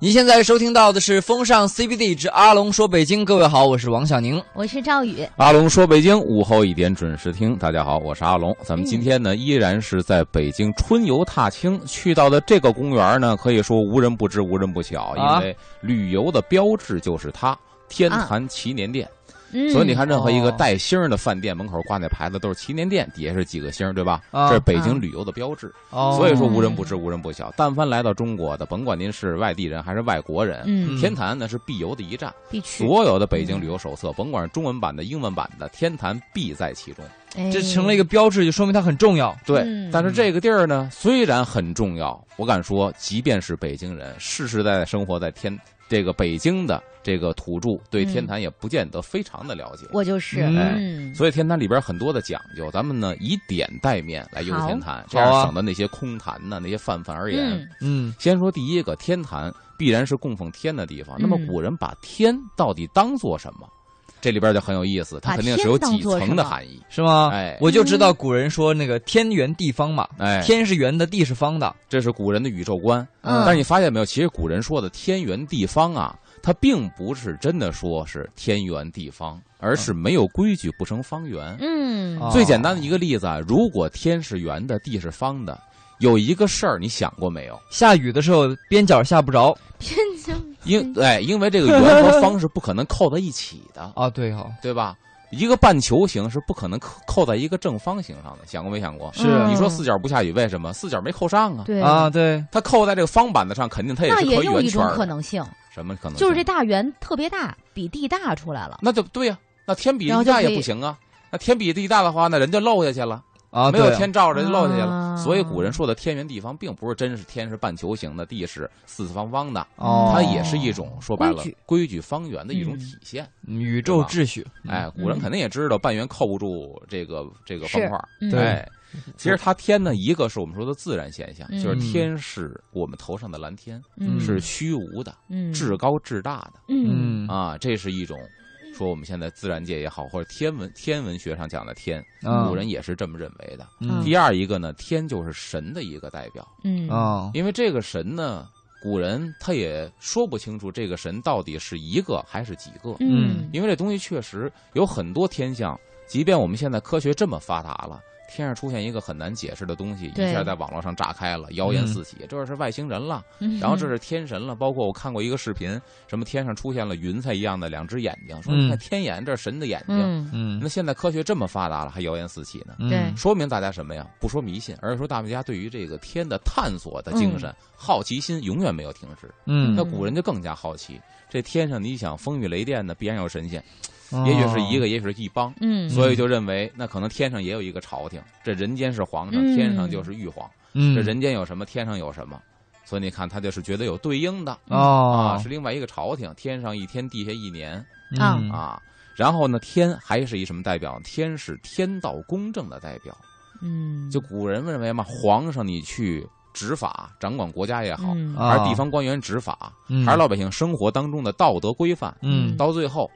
您现在收听到的是《风尚 CBD 之阿龙说北京》，各位好，我是王小宁。我是赵宇，阿龙说：“北京午后一点准时听，大家好，我是阿龙。咱们今天呢，依然是在北京春游踏青，去到的这个公园呢，可以说无人不知，无人不晓，啊因为旅游的标志就是它——天啊坛祈年殿。嗯，所以你看，任何一个哦带星儿的饭店门口挂那牌子都是祈年殿，底下是几个星儿，对吧？啊这是北啊京旅游的标志。哦所以说，无人不知，无人不晓。但凡来到中国的，甭管您是外地人还是外国人，嗯，天坛呢是必游的一站。”必去，所有的北京旅游手册，甭管是中文版的、英文版的，天坛必在其中。哎这成了一个标志，就说明它很重要。对，嗯但是这个地儿呢，虽然很重要，我敢说，即便是北京人，世世代代生活在天这个北京的这个土著，对嗯天坛也不见得非常的了解。我就是，嗯嗯，所以天坛里边很多的讲究，咱们呢以点带面来游好天坛，这好啊样省得那些空谈呢、那些泛泛而言。啊嗯，嗯，先说第一个，天坛必然是供奉天的地方。那么嗯古人把天到底当做什么？这里边就很有意思，它把肯定是有天当几作层什的么含义。是吗？哎我就知道古人说那个天圆地方嘛，哎，天是圆的，地是方的。这是古人的宇宙观。嗯但是你发现没有，其实古人说的天圆地方啊，它并不是真的说是天圆地方，而是没有规矩不成方圆。嗯，啊最简单的一个例子啊，如果天是圆的，地是方的，有一个事儿你想过没有？下雨的时候边角下不着偏经，因哎，因为这个圆和方是不可能扣在一起的，啊，对哈、哦，对吧？一个半球形是不可能扣扣在一个正方形上的，想过没想过？是嗯你说四角不下雨，为什么？四角没扣上啊。对啊，，对，它扣在这个方板子上，肯定它也那是也可以有圆一圈种儿的。可能性，什么可能性？就是这大圆特别大，比地大出来了，那就对呀、那天比然地后就大可也以不行啊。那天比地大的话，那人就漏下去了，啊，没有对天照着就漏下去了。啊所以古人说的天圆地方，并不是真是天是半球形的，地是四四方方的，哦，它也是一种说白了规矩规矩方圆的一种嗯体现。宇宙秩序。哎，古嗯人肯定也知道半圆扣不住这个这个方是块儿。嗯对哎，其实它天呢，一个是我们说的自然现象，嗯就是天是我们头上的蓝天，嗯是虚无的、嗯至高至大的。嗯嗯啊，这是一种说我们现在自然界也好，或者天文天文学上讲的天，啊古人也是这么认为的。嗯第二一个呢，天就是神的一个代表，嗯啊因为这个神呢，古人他也说不清楚这个神到底是一个还是几个，嗯，因为这东西确实有很多天象，即便我们现在科学这么发达了。天上出现一个很难解释的东西，一对下在网络上炸开了，谣言嗯四起，这是外星人了，嗯然后这是天神了，包括我看过一个视频，什么天上出现了云彩一样的两只眼睛，说嗯你看天眼，这是神的眼睛。嗯嗯那现在科学这么发达了，还谣言四起呢，嗯对说明大家什么呀？不说迷信，而是说大家对于这个天的探索的精嗯神、好奇心永远没有停止。那嗯，古人就更加好奇，这天上你想风雨雷电呢，必然有神仙，哦也许是一个，也许是一帮，嗯，所以就认为那可能天上也有一个朝廷，这人间是皇上，嗯天上就是玉皇，嗯这人间有什么，天上有什么。所以你看，他就是觉得有对应的，啊，哦是另外一个朝廷，天上一天，地下一年啊嗯啊。然后呢，天还是一什么代表？天是天道公正的代表。嗯就古人认为嘛，皇上你去执法，掌管国家也好，嗯啊还是地方官员执法，嗯还是老百姓生活当中的道德规范，嗯到最后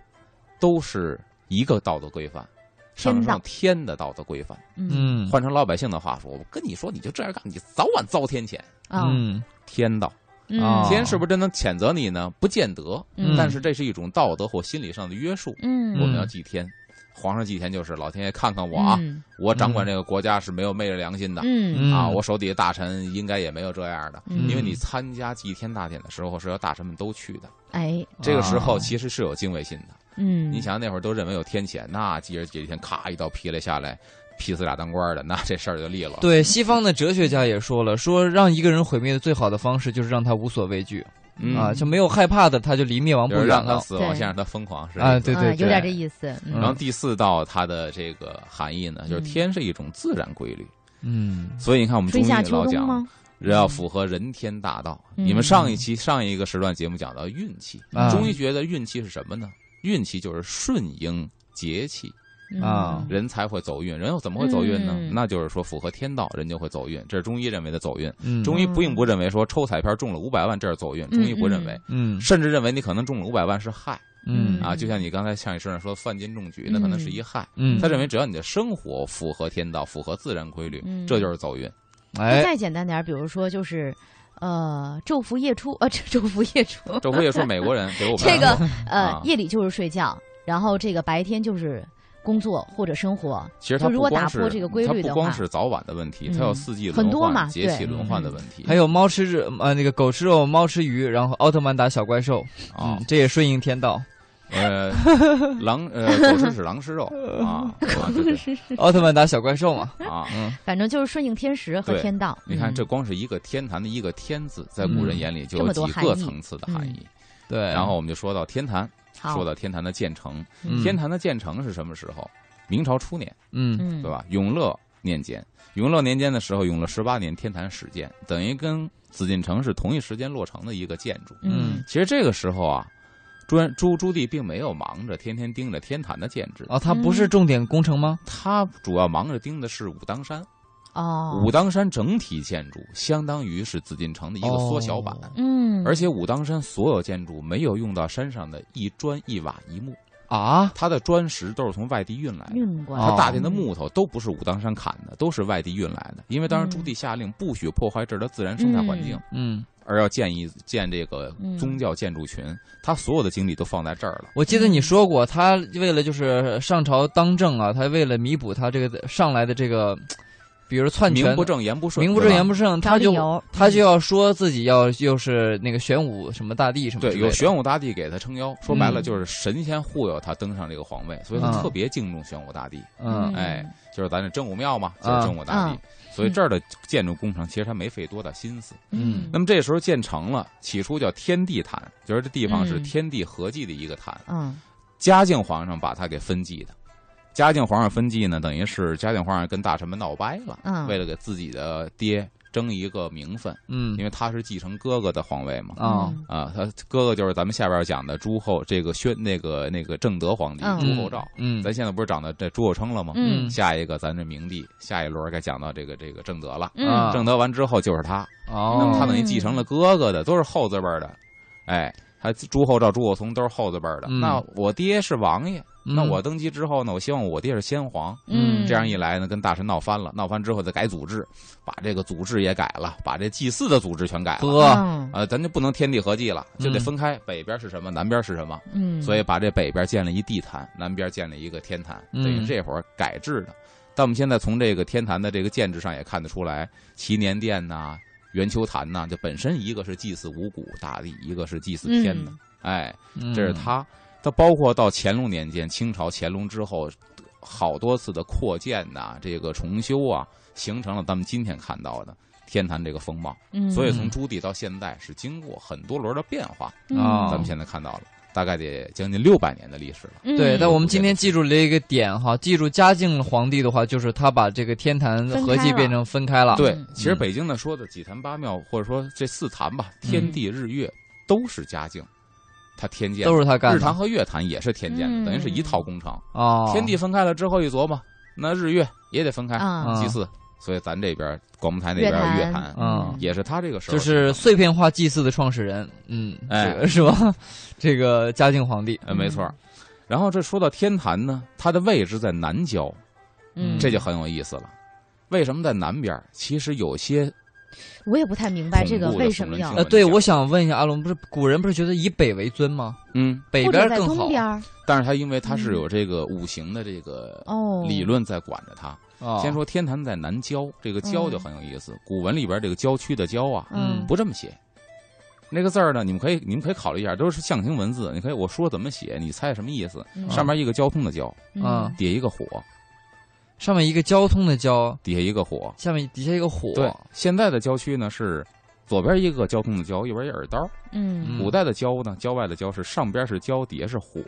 都是一个道德规范。天上道升天的道德规范，嗯嗯换成老百姓的话说，我跟你说，你就这样干，你早晚遭天谴。啊嗯天道，啊天是不是真能谴责你呢？不见得，嗯但是这是一种道德或心理上的约束。嗯我们要祭天，皇上祭天就是老天爷看看我啊，嗯我掌管这个国家是没有昧着良心的、嗯嗯啊，我手底下大臣应该也没有这样的，嗯因为你参加祭天大典的时候是要大臣们都去的，哎这个时候啊其实是有敬畏心的。嗯，你想那会儿都认为有天谴，那接着几天咔一道劈了下来，劈死俩当官的，那这事儿就利落了。对，西方的哲学家也说了，说让一个人毁灭的最好的方式就是让他无所畏惧、嗯啊，就没有害怕的，他就离灭亡不就是远让他了。死亡，对先让他疯狂，是啊这意思对啊有点这意思，嗯然后第四道它的这个含义呢，就是嗯天是一种自然规律，嗯所以你看我们中春医夏秋老冬讲，吗？人要符合人天大道。嗯你们上一期上一个时段节目讲到运气，啊中医觉得运气是什么呢？运气就是顺应节气，啊人才会走运。人又怎么会走运呢？嗯那就是说符合天道，人就会走运。这是中医认为的走运。嗯中医不并不认为说抽彩票中了五百万这是走运，中医不认为，嗯甚至认为你可能中了五百万是害嗯啊。嗯就像你刚才上一身上说犯金中举，那可能是一害。嗯他认为只要你的生活符合天道、符合自然规律，嗯这就是走运。那哎再简单点儿，比如说就是，呃，昼伏夜出，呃，这 昼伏夜出，这我也说美国人给我们这个呃啊，夜里就是睡觉，然后这个白天就是工作或者生活，其实它就如不果光打是破这个规律它不的光话是早晚的问题，嗯它有四季轮换、很多嘛节对气嗯轮换的问题。还有猫吃肉呃那个狗吃肉，猫吃鱼，然后奥特曼打小怪兽，啊嗯，，这也顺应天道。呃，狼呃，狗吃屎，狼 吃肉啊，啊对对奥特曼打小怪兽嘛，啊。嗯，反正就是顺应天时和对天道。嗯你看，这光是一个天坛的一个“天”字，在古人眼里就这有么几多含个义嗯层次的含义。对。然后我们就说到天坛，哎好说，到天坛的建成，嗯天坛的建成是什么时候？明朝初年，嗯嗯，对？吧？永乐年间，永乐年间的时候，永乐十八年天坛始建，等于跟紫禁城是同一时间落成的一个建筑。嗯，其实这个时候啊，朱朱朱棣并没有忙着天天盯着天坛的建制，哦，它不是重点工程吗？他主要忙着盯的是武当山。哦，武当山整体建筑相当于是紫禁城的一个缩小版，哦嗯，而且武当山所有建筑没有用到山上的一砖一瓦一木，啊，它的砖石都是从外地运来的。运过来，嗯哦它大片的木头都不是武当山砍的，都是外地运来的。因为当时嗯朱棣下令不许破坏这儿的自然生态环境，嗯，而要建一建这个嗯宗教建筑群，他所有的精力都放在这儿了。我记得你说过，他为了就是上朝当政啊，他为了弥补他这个上来的这个，比如篡权名不，正言不顺，名不正言不顺，找他理就由，他就要说自己要又是那个玄武什么大帝什么对吧。之类对，的有玄武大帝给他撑腰，说白嗯了就是神仙护佑他登上这个皇位，所以他嗯特别敬重玄武大帝，嗯哎，就是咱这真武庙嘛，就啊是真武大帝啊。所以这儿的建筑工程其实他没费多大心思。嗯那么这时候建成了，起初叫天地坛，就是这地方是嗯天地合祭的一个坛。嗯，嘉靖皇上把他给分祭的。嘉靖皇上分祭呢，等于是嘉靖皇上跟大臣们闹掰了，嗯 为了给自己的爹争一个名分，嗯因为他是继承哥哥的皇位嘛。啊嗯啊，他哥哥就是咱们下边讲的朱厚，这个宣那个那个正德皇帝嗯朱厚照。嗯咱现在不是讲到这朱厚称了吗？嗯下一个咱这明帝，下一轮该讲到这个这个正德嗯了。啊正德完之后就是他，那么他哦等于继承了哥哥的，都是后字辈儿的，哎，他朱厚照、朱厚熜都是后字辈儿的。嗯那我爹是王爷，那嗯我登基之后呢，我希望我爹是先皇。嗯这样一来呢，跟大臣闹翻了，闹翻之后再改组织，把这个组织也改了，把这祭祀的组织全改了。呵嗯啊，咱就不能天地合祭了，就得嗯分开，北边是什么，南边是什么。嗯，所以把这北边建了一地坛，南边建了一个天坛，嗯等于这会儿改制的。但我们现在从这个天坛的这个建制上也看得出来，祈年殿呐、圆球坛呐、这本身一个是祭祀五谷大帝，一个是祭祀天的。嗯哎，嗯这是它。它包括到乾隆年间，清朝乾隆之后，好多次的扩建呐、这个重修啊，形成了咱们今天看到的天坛这个风貌。嗯，所以从朱棣到现在是经过很多轮的变化，嗯啊咱们现在看到了，大概得将近六百年的历史了。嗯对，但我们嗯今天记住了一个点哈，记住嘉靖皇帝的话，就是他把这个天坛分合开计了变成分开了。对嗯，其实北京呢说的几坛八庙，或者说这四坛吧，嗯天地日月都是嘉靖，他天建的都是他干日坛的。和月坛也是天建的，嗯等于是一套工程。哦，天地分开了之后一琢磨，那日月也得分开嗯啊，祭祀，所以咱这边广播台那乐边坛乐坛嗯也是他这个时候就是碎片化祭祀的创始人，嗯，哎这个是吧？ 这个嘉靖皇帝，呃没错儿。然后这说到天坛呢，它的位置在南郊，嗯，这就很有意思了。为什么在南边儿？其实有些我也不太明白这个恐怖的为什么要耸人呃，听对，我想问一下阿龙，不是古人不是觉得以北为尊吗？嗯，北或边者在更东好边儿但是它因为它是有这个五行的这个嗯哦，理论在管着它。哦先说天坛在南郊，这个郊就很有意思。古文里边这个郊区的郊啊，嗯不这么写。那个字儿呢，你们可以你们可以考虑一下，都是象形文字，你可以我说怎么写，你猜什么意思？嗯上面一个交通的交，啊底下一个火，上面一个交通的交，底下一个火。下面底下一个火，对，现在的郊区呢是左边一个交通的交，右边一耳刀。嗯嗯古代的郊呢，郊外的郊是上边是郊，底下是火。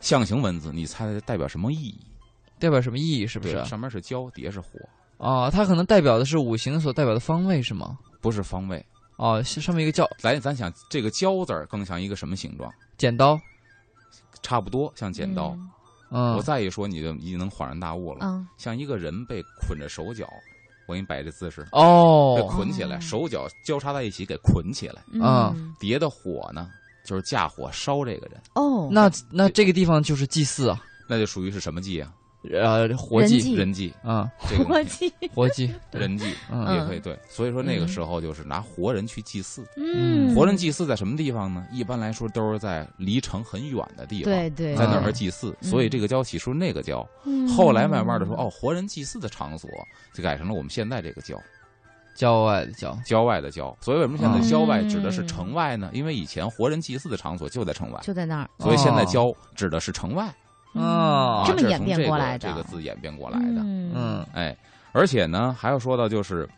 象形文字，你猜代表什么意义？代表什么意义？是不啊是？上面是郊，底下是火，哦，它可能代表的是五行所代表的方位是吗？不是方位。哦，是上面一个叫咱咱想这个郊字儿更像一个什么形状？剪刀，差不多像剪刀。嗯我，再一说，你就你能恍然大悟了，嗯像一个人被捆着手脚，我给你摆这姿势，被哦，捆起来，哦手脚交叉在一起给捆起来。嗯啊底下的火呢，就是架火烧这个人，哦那那这个地方就是祭祀啊。那就属于是什么祭啊？呃活人计际人际啊，这个我记，活计， 人际嗯，也可以对，所以说那个时候就是拿活人去祭祀。嗯嗯，活人祭祀在什么地方呢？一般来说都是在离城很远的地方，对对，在那对儿祭祀。嗯所以这个教起说那个教，嗯后来慢慢的说，哦，活人祭祀的场所就改成了我们现在这个教，郊外的郊，郊外的郊。所以为什么现哦嗯在郊外指的是城外呢？因为以前活人祭祀的场所就在城外，就在那儿嗯所以现在哦郊指的是城外哦啊，这么是演从变这过个来的，这个字演变过来的。嗯嗯哎，而且呢，还要说到就是《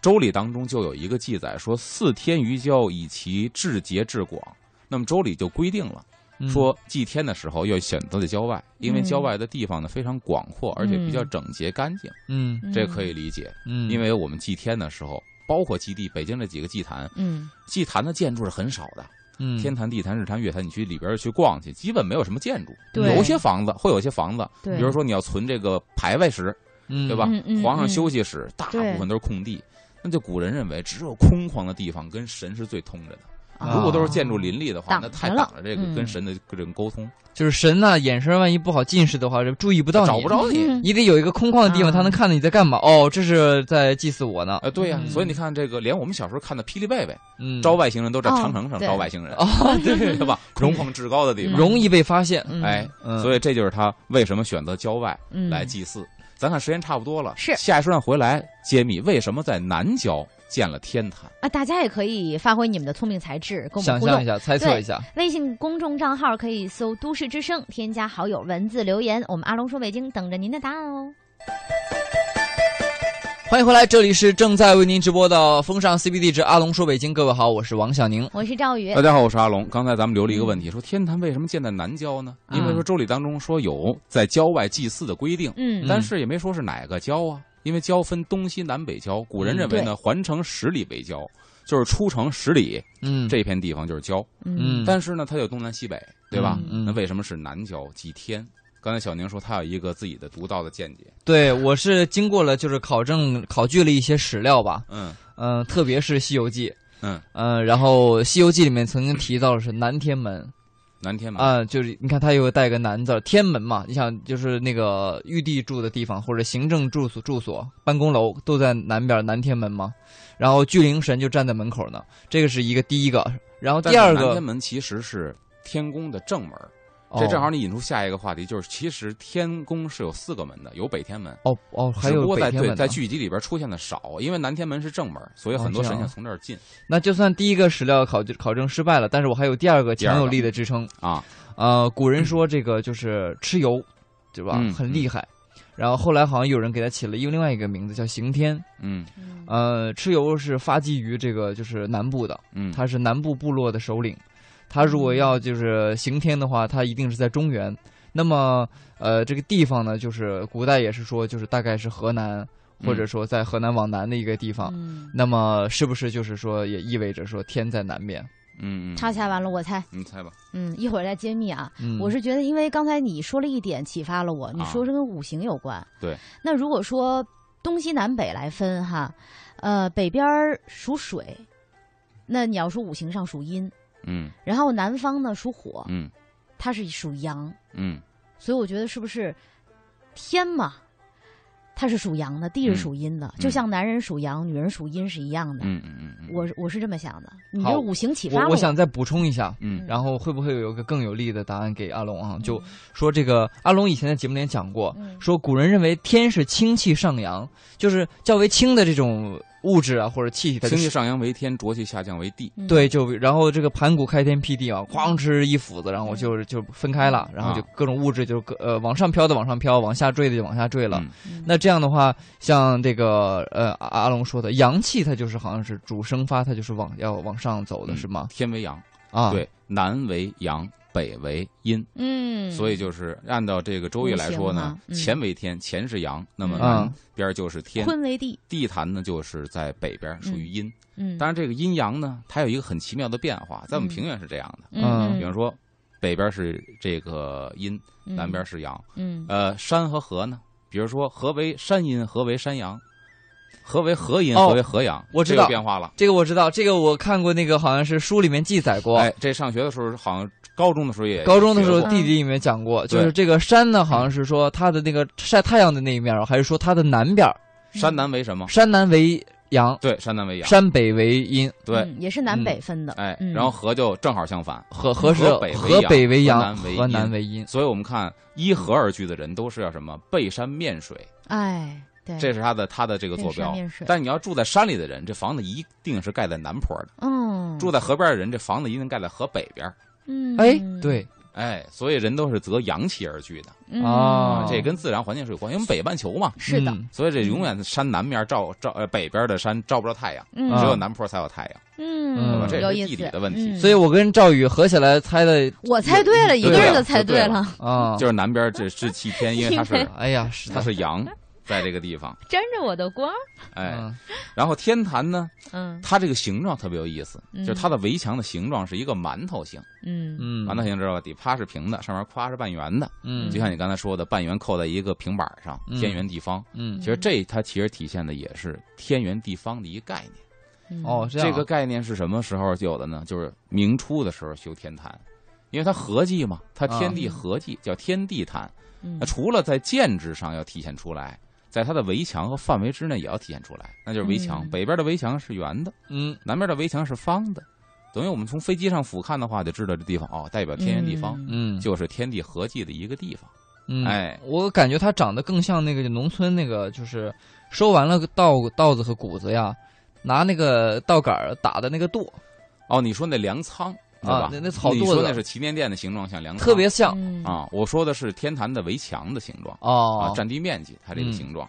周礼》当中就有一个记载说，四天于郊，以其至节至广。那么《周礼》就规定了，嗯说祭天的时候要选择在郊外，因为嗯郊外的地方呢非常广阔，而且比较整洁干净，嗯嗯，这可以理解。嗯，因为我们祭天的时候，包括基地，北京这几个祭坛，嗯祭坛的建筑是很少的，嗯天坛、地坛、日坛、月坛，你去里边去逛去，基本没有什么建筑。对有些房子会有些房子，对，比如说你要存这个牌位时，嗯对吧嗯嗯皇上嗯休息室大部分都是空地，那就古人认为只有空旷的地方跟神是最通着的。啊如果都是建筑林立的话，挡那太着了挡着这个嗯跟神的这种沟通，就是神呐、眼神万一不好近视的话，这注意不到你，找不着你。嗯你得有一个空旷的地方，啊他能看到你在干嘛。哦，这是在祭祀我呢。呃，对呀、嗯所以你看这个，连我们小时候看的《霹雳贝贝》，嗯，招外星人都在哦长城上对哦招外星人， 啊，对吧？荣况至高的地方，容易被发现。嗯哎，嗯，所以以这就是他为什么选择郊外嗯来祭祀。咱看时间差不多了，是下一时段回来揭秘为什么在南郊建了天坛。啊，大家也可以发挥你们的聪明才智，跟我想们互象一下，动。猜测一下，微信公众账号可以搜“都市之声”，添加好友，文字留言，我们阿龙说北京等着您的答案哦。欢迎回来，这里是正在为您直播的风尚 CBD 之阿龙说北京。各位好，我是王小宁。我是赵宇大，家好，我是阿龙。刚才咱们留了一个问题，说天坛为什么建在南郊呢？嗯因为说周礼当中说有在郊外祭祀的规定，嗯但是也没说是哪个郊啊，因为郊分东西南北郊。古人认为呢，环城十里为郊，就是出城十里嗯，这片地方就是郊。嗯，但是呢，它有东南西北，对吧？嗯嗯那为什么是南郊祭天？刚才小宁说他有一个自己的独到的见解，对我是经过了就是考证考据了一些史料吧，嗯嗯、特别是《西游记》。嗯嗯、然后《西游记》里面曾经提到的是南天门，南天门啊、就是你看它有带个南字儿，天门嘛，你想就是那个玉帝住的地方或者行政住所住所办公楼都在南边儿南天门嘛，然后巨灵神就站在门口呢，这个是一个第一个，然后但第是二南个哦天，门其实是天宫的正门，这正好你引出下一个话题，就是其实天宫是有四个门的，有北天门，哦哦，还只不有过北在天门对呢在剧集里边出现的少，因为南天门是正门，所以哦很多这神样仙啊从这儿进那就算第一个史料考据考证失败了，但是我还有第二个第二强有个力的支撑。啊。呃，古人说这个就是蚩尤，对吧？嗯很厉害。然后后来好像有人给他起了一个另外一个名字叫刑天。嗯呃，蚩尤是发迹于这个就是南部的，嗯，他是南部部落的首领。他如嗯果要就是刑天的话，他一定是在中原。那么，呃，这个地方呢，就是古代也是说，就是大概是河南，或者说在河南往南的一个地方。嗯，那么，是不是就是说，也意味着说天在南边？嗯嗯，他猜完了，我猜，你猜吧。嗯，一会儿再揭秘啊。嗯，我是觉得，因为刚才你说了一点启发了我，你啊说是跟五行有关。对。那如果说东西南北来分哈，呃，北边儿属水，那你要说五行上属阴，嗯然后南方呢属火，嗯它是属阳，嗯所以我觉得是不是天嘛，它是属阳的，地是属阴的，嗯就像男人属阳，女人属阴是一样的。嗯嗯嗯，我是我是这么想的，你好这五行启发我了我想再补充一下，嗯然后会不会有一个更有力的答案给阿龙啊？就说这个阿龙以前在节目里也讲过，嗯说古人认为天是清气上扬，就是较为轻的这种物质啊或者气体，它就清气上扬为天，浊气下降为地。嗯对，就然后这个盘古开天辟地啊，哐哧一斧子，然后嗯就就分开了，然后就各种物质就各呃往上飘的往上飘，往下坠的就往下坠了。嗯嗯那这样的话，像这个呃阿阿龙说的，阳气它就是好像是主生发，它就是往要往上走的是吗？天为阳，啊，，嗯对，南为阳，北为阴，嗯，所以就是按照这个周易来说五行，呢嘛嗯乾为天，乾是阳，那么嗯南边就是天，坤为地，地坛呢就是在北边，属于阴。嗯，当然，这个阴阳呢，它有一个很奇妙的变化，在我们嗯平原是这样的，嗯比方说北边是这个阴，嗯南边，是阳。嗯呃，山和河呢，比如说何为山阴，何为山阳，何为河阴，哦何为河阳，我知这有道变化了。这个我知道，这个我看过，那个好像是书里面记载过。哎，这上学的时候好像高中的时候也高中的时候学过地理里面讲过，对就是这个山呢，好像是说它的那个晒太阳的那一面儿，还是说它的南边儿？山南为什么？山南为阳，对，山南为嗯阳。山北为阴，对，嗯也是南北分的。哎嗯，然后河就正好相反。河河是河北为河阳北为阳，河河南为阴南为阴。所以我们看依河而居的人都是要什么背山面水，哎，对，这是他的他的这个坐背山标面水。但你要住在山里的人，这房子一定是盖在南坡的；嗯，住在河边的人，这房子一定盖在河北边。嗯，哎，对，哎，所以人都是择阳气而居的，嗯啊哦这跟自然环境是有关系。因为我们北半球嘛，是的，嗯所以这永远山南面照照呃北边的山照不着太阳，嗯只啊有南坡才有太阳。对吧嗯，这也有是意地理思的问题嗯所以我跟赵宇合起来猜的我猜对了，一对个了儿子猜就对了， 啊，就是南边这是气天，因为它因是为哎呀，是它他是阳，在这个地方。沾着我的光。哎，嗯然后天坛呢，嗯它这个形状特别有意思，嗯就是它的围墙的形状是一个馒头形，嗯嗯，馒头形知道吧？底趴是平的，上面夸是半圆的，嗯，就像你刚才说的，半圆扣在一个平板上，嗯天圆地方。嗯其实这它其实体现的也是天圆地方的一概念。嗯哦，，这样这啊个概念是什么时候有的呢？就是明初的时候修天坛，因为它合计嘛，它天地啊合计，叫天地坛。嗯那除了在建制上要体现出来，在它的围墙和范围之内也要体现出来，那就是围墙。嗯北边的围墙是圆的，嗯南边的围墙是方的。等于我们从飞机上俯瞰的话，就知道这地方哦，代表天圆地方，嗯嗯就是天地合计的一个地方。嗯，哎我感觉它长得更像那个农村那个，就是收完了稻稻子和谷子呀，拿那个稻杆儿打的那个垛，哦，你说那粮仓对吧？啊那那草垛子你说那是祈年殿的形状，像粮仓特别像嗯啊。我说的是天坛的围墙的形状。啊哦，，占地面积它这个嗯形状。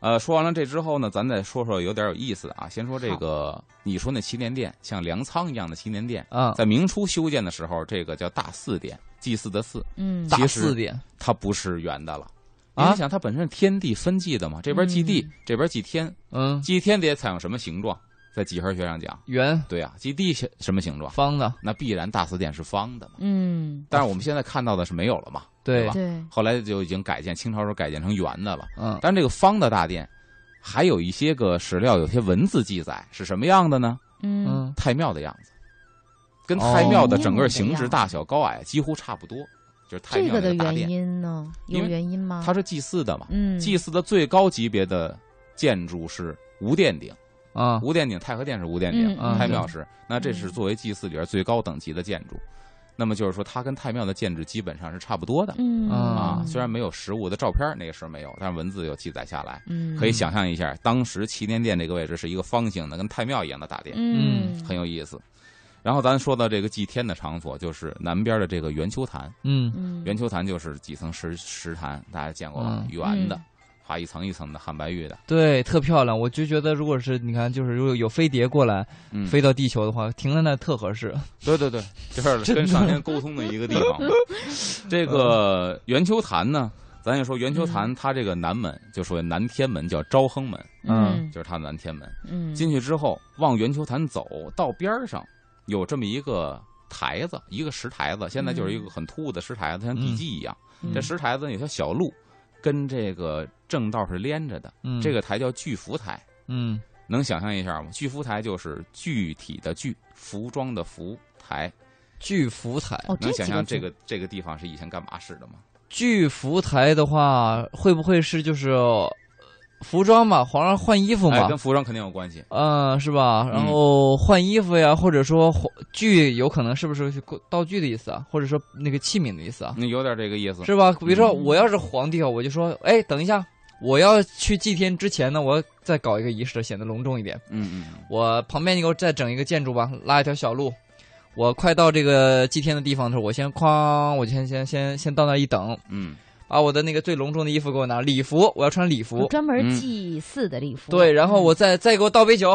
呃，说完了这之后呢，咱再说说有点有意思的啊。先说这个，你说那祈年殿像粮仓一样的祈年殿，啊，在明初修建的时候，这个叫大祀殿，祭祀的祀，嗯大大其实四点它不是圆的了。啊因为你想，它本身是天地分祭的嘛，这边祭地嗯，这边祭天，嗯，祭天得采用什么形状？在几何学上讲，圆对啊，祭地是什么形状？方的，那必然大祀殿是方的嘛。嗯，但是我们现在看到的是没有了嘛，对吧，对，后来就已经改建，清朝时候改建成圆的了。嗯但这个方的大殿，还有一些个史料，有些文字记载是什么样的呢？嗯嗯，太庙的样子，跟哦太庙的整个形制、大小、高矮几乎差不多，就是太这庙个那的大原殿，因呢，有因为原因吗？它是祭祀的嘛。嗯，祭祀的最高级别的建筑是无殿顶，啊无殿顶太和殿是无殿嗯顶，嗯太庙嗯是，那这是作为祭祀里边最高等级的建筑。那么就是说，它跟太庙的建制基本上是差不多的嗯啊啊，虽然没有实物的照片，那个时候没有，但是文字有记载下来。嗯可以想象一下，当时祈年殿这个位置是一个方形的，跟太庙一样的大殿，嗯很有意思。然后咱说到这个祭天的场所，就是南边的这个圆丘坛。嗯嗯圆丘坛就是几层石石坛，大家见过吧嗯？圆的嗯，画一层一层的汉白玉的。对，特漂亮。我就觉得，如果是你看，就是如果有飞碟过来嗯，飞到地球的话，停在那特合适。对对对，就是跟上天沟通的一个地方嘛。这个圆丘坛呢，咱就说圆丘坛，它这个南门就属于南天门，叫昭亨门，嗯就是它的南天门。嗯进去之后往圆球坛走，到边儿上有这么一个台子，一个石台子，现在就是一个很突兀的石台子，像地基一样。嗯这石台子有条小路，跟这个正道是连着的。嗯，这个台叫巨服台，嗯能想象一下吗？巨服台就是具体的具，服装的服台，巨福台，哦，能想几象字这个这个地方是以前干嘛使的吗？巨福台的话，会不会是就是呃服装嘛？皇上换衣服哎，嘛？跟服装肯定有关系。嗯，是吧？然嗯后换衣服呀，或者说火具，有可能是不是道具的意思啊？或者说那个器皿的意思啊？那嗯有点这个意思，是吧？比如说嗯我要是皇帝啊，我就说，哎，等一下，我要去祭天之前呢，我要再搞一个仪式，显得隆重一点。嗯嗯，我旁边你给我再整一个建筑吧，拉一条小路。我快到这个祭天的地方的时候，我先哐，我先先先先到那一等，嗯，把我的那个最隆重的衣服给我拿，礼服，我要穿礼服。专门嗯祭祀的礼服。对，然嗯后我再再给我倒杯酒，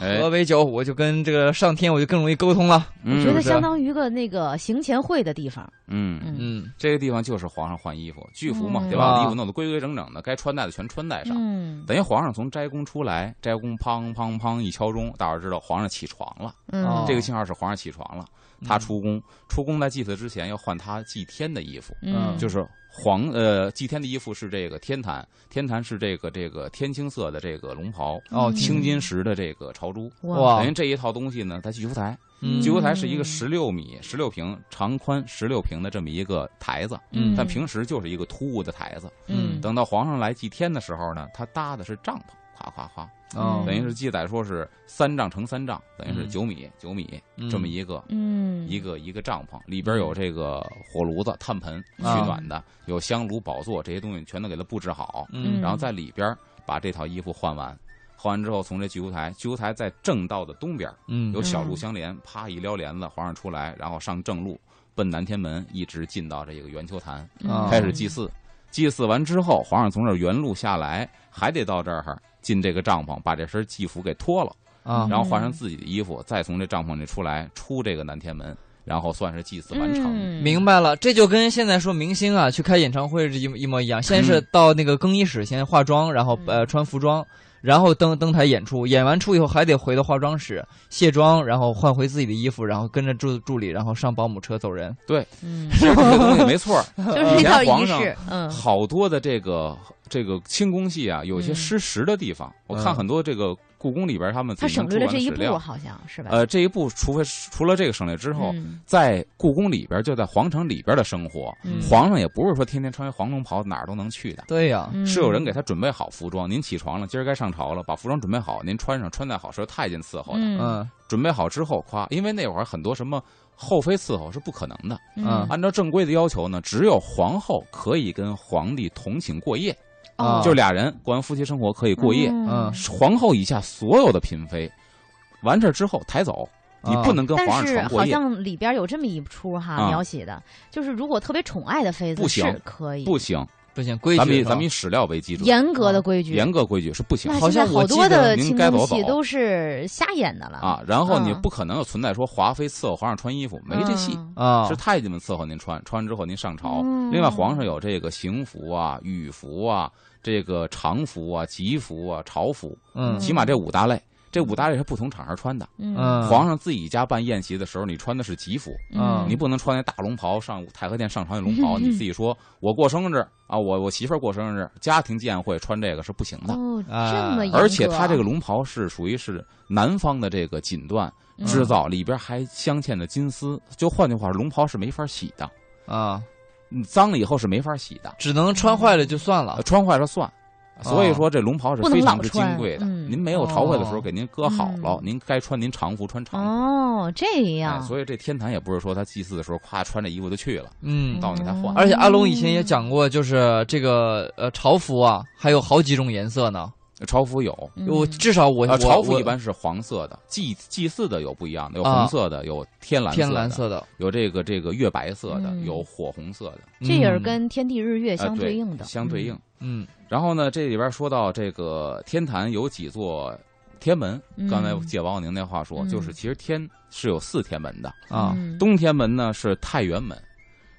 哎喝，杯酒，我就跟这个上天，我就更容易沟通了。嗯嗯觉得是相当于个那个行前会的地方。嗯。嗯嗯，这个地方就是皇上换衣服，巨服嘛，嗯得把啊衣服弄得规规整整的，该穿戴的全穿戴上。嗯等于皇上从斋宫出来，斋宫砰砰砰一敲钟，大伙儿知道皇上起床了，哦嗯，这个信号是皇上起床了。嗯他出宫，出宫在祭祀之前要换他祭天的衣服，嗯就是皇呃祭天的衣服是这个天坛，天坛是这个这个天青色的这个龙袍，哦嗯青金石的这个朝朝珠，哇等于这一套东西呢，它鹫球台，嗯鹫球台是一个嗯十六米、十六平长宽十六平的这么一个台子，嗯但平时就是一个突兀的台子。嗯等到皇上来祭天的时候呢，他搭的是帐篷，夸夸夸，哦嗯等于是记载说是三丈乘三丈，等于是嗯九米九米嗯这么一个嗯，一个一个帐篷，里边有这个火炉子、炭盆取啊暖的，有香炉、宝座这些东西全都给它布置好，嗯然后在里边把这套衣服换完。换完之后，从这巨无台，巨无台在正道的东边嗯有小路嗯相连，啪一撩帘子，皇上出来，然后上正路奔南天门，一直进到这个圆球坛，哦嗯啊开始祭祀。祭祀完之后，皇上从这儿原路下来，还得到这儿进这个帐篷，把这身祭服给脱了，哦啊然后换上嗯自己的衣服，再从这帐篷里出来，出这个南天门，然后算是祭祀完成。嗯明白了，这就跟现在说明星啊去开演唱会是一模一模一样，先是嗯到那个更衣室先化妆，然后嗯呃穿服装，然后登登台演出，演完出以后还得回到化妆室卸妆，然后换回自己的衣服，然后跟着助助理，然后上保姆车走人。 嗯，这个东西没错儿，就是一套以前呃皇仪上式，嗯，好多的这个这个清宫戏啊，有一些嗯失实的地方。我看嗯很多这个故宫里边他们他自己省能出略了完的这一史步，料，好像是吧？呃，这一步，除非是除了这个省略之后，嗯在故宫里边，就在皇城里边的生活，嗯皇上也不是说天天穿皇宫袍哪儿都能去的。对呀、嗯啊是有人给他准备好服装，您起床了，今儿该上朝了，把服装准备好，您穿上，穿戴好是由太监伺候的。嗯嗯准备好之后，夸，因为那会儿很多什么后妃伺候是不可能的，嗯啊按照正规的要求呢，只有皇后可以跟皇帝同寝过夜，哦啊就俩人过完夫妻生活可以过夜。嗯皇后以下所有的嫔妃，完事儿之后抬走，你啊不能跟皇但上是床过好夜，像里边有这么一出哈啊描写的，就是如果特别宠爱的妃子不行是可以不行。不行，规矩咱们以是吧咱们以史料为基准，严格的规矩。严格规矩是不行那好现在像我好多记得的您清该宫走戏走都是瞎演的了啊。然后你嗯不可能有存在说华妃伺候皇上穿衣服，没这戏。嗯啊是太监们伺候您穿，穿完之后您上朝。嗯另外，皇上有这个行服啊、羽服啊、这个常服啊、吉服啊、朝服，嗯起码这五大类，这五大类是不同场合穿的。嗯嗯皇上自己家办宴席的时候，你穿的是吉服，嗯啊你不能穿那大龙袍上太和殿上朝那龙袍。你自己说，我过生日啊，我我媳妇儿过生日，家庭宴会穿这个是不行的。哦，啊这么严格，而且它这个龙袍是属于是南方的这个锦缎嗯制造，里边还镶嵌着金丝。就换句话说，龙袍是没法洗的，啊，你脏了以后是没法洗哦的，只能穿坏了就算了呃。穿坏了算。所以说这龙袍是不能非常老之金穿贵的，嗯您没有朝会的时候哦给您搁好了，嗯您该穿您常服穿常服。哦，这哎，样，所以这天坛也不是说他祭祀的时候夸穿着衣服就去了，嗯，到你再换。而且阿龙以前也讲过，就是这个呃朝服啊，还有好几种颜色呢。朝服有，嗯我至少我啊，我朝服我一般是黄色的，祭祭祀的有不一样的，有啊红色的，有天蓝天蓝色的色的，有这个这个月白色的，嗯有火红色的，这也嗯啊是跟天地日月哎相对应的，相对应。嗯然后呢，这里边说到这个天坛有几座天门，嗯。刚才借王小宁那话说，嗯就是其实天是有四天门的，啊嗯东天门呢是太原门。